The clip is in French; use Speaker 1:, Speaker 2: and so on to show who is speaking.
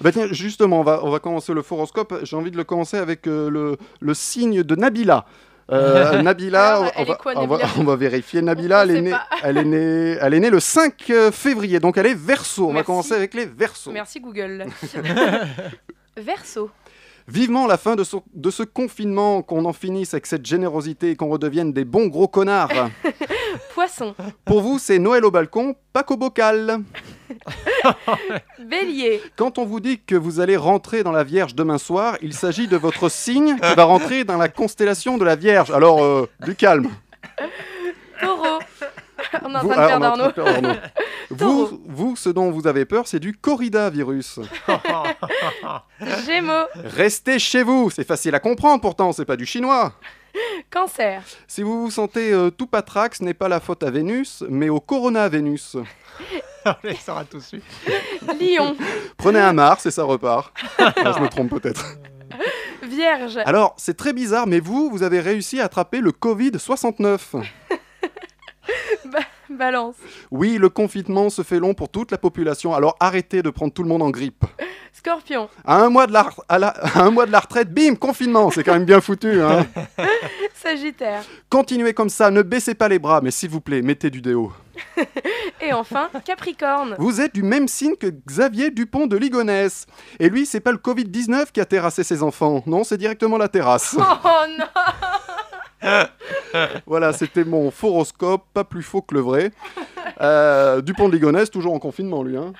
Speaker 1: Bah tiens, justement, on va, on va commencer le horoscope. J'ai envie de le commencer avec euh, le, le signe de Nabila. Euh, Nabila,
Speaker 2: Alors, elle
Speaker 1: on, va,
Speaker 2: est quoi,
Speaker 1: on va-
Speaker 2: Nabila
Speaker 1: on va vérifier. Nabila,
Speaker 2: On
Speaker 1: elle, est
Speaker 2: sait
Speaker 1: née,
Speaker 2: pas.
Speaker 1: elle, est née, elle est née le 5 février, donc elle est verso. On va
Speaker 2: Merci.
Speaker 1: commencer avec les versos.
Speaker 2: Merci Google. Verso.
Speaker 1: Vivement la fin de ce, de ce confinement, qu'on en finisse avec cette générosité et qu'on redevienne des bons gros connards.
Speaker 2: Poisson.
Speaker 1: Pour vous, c'est Noël au balcon, Pâques au bocal.
Speaker 2: Bélier.
Speaker 1: Quand on vous dit que vous allez rentrer dans la Vierge demain soir, il s'agit de votre signe qui va rentrer dans la constellation de la Vierge. Alors, euh, du calme.
Speaker 2: Taureau. On est en
Speaker 1: Vous-
Speaker 2: train de
Speaker 1: ah, on
Speaker 2: perdre
Speaker 1: est en train
Speaker 2: Arnaud.
Speaker 1: de perdre Arnaud.
Speaker 2: Taureau.
Speaker 1: Vous, vous, ce dont vous avez peur, c'est du corrida virus.
Speaker 2: Gémeaux.
Speaker 1: Restez chez vous, c'est facile à comprendre pourtant, c'est pas du chinois.
Speaker 2: Cancer.
Speaker 1: Si vous vous sentez euh, tout patraque, ce n'est pas la faute à Vénus, mais au corona Vénus.
Speaker 3: les sera tout de suite.
Speaker 2: Lion.
Speaker 1: Prenez un Mars et ça repart. Ah, je me trompe peut-être.
Speaker 2: Vierge.
Speaker 1: Alors, c'est très bizarre, mais vous, vous avez réussi à attraper le Covid-69.
Speaker 2: Balance.
Speaker 1: Oui, le confinement se fait long pour toute la population, alors arrêtez de prendre tout le monde en grippe.
Speaker 2: Scorpion.
Speaker 1: À un mois de la, à la- à un mois de la retraite, bim, confinement, c'est quand même bien foutu. Hein.
Speaker 2: Sagittaire.
Speaker 1: Continuez comme ça, ne baissez pas les bras, mais s'il vous plaît, mettez du déo.
Speaker 2: Et enfin, Capricorne.
Speaker 1: Vous êtes du même signe que Xavier Dupont de Ligonnès. Et lui, c'est pas le Covid-19 qui a terrassé ses enfants, non, c'est directement la terrasse.
Speaker 2: Oh non
Speaker 1: Voilà, c'était mon horoscope, pas plus faux que le vrai. Euh, Dupont de Ligonnès, toujours en confinement, lui. Hein.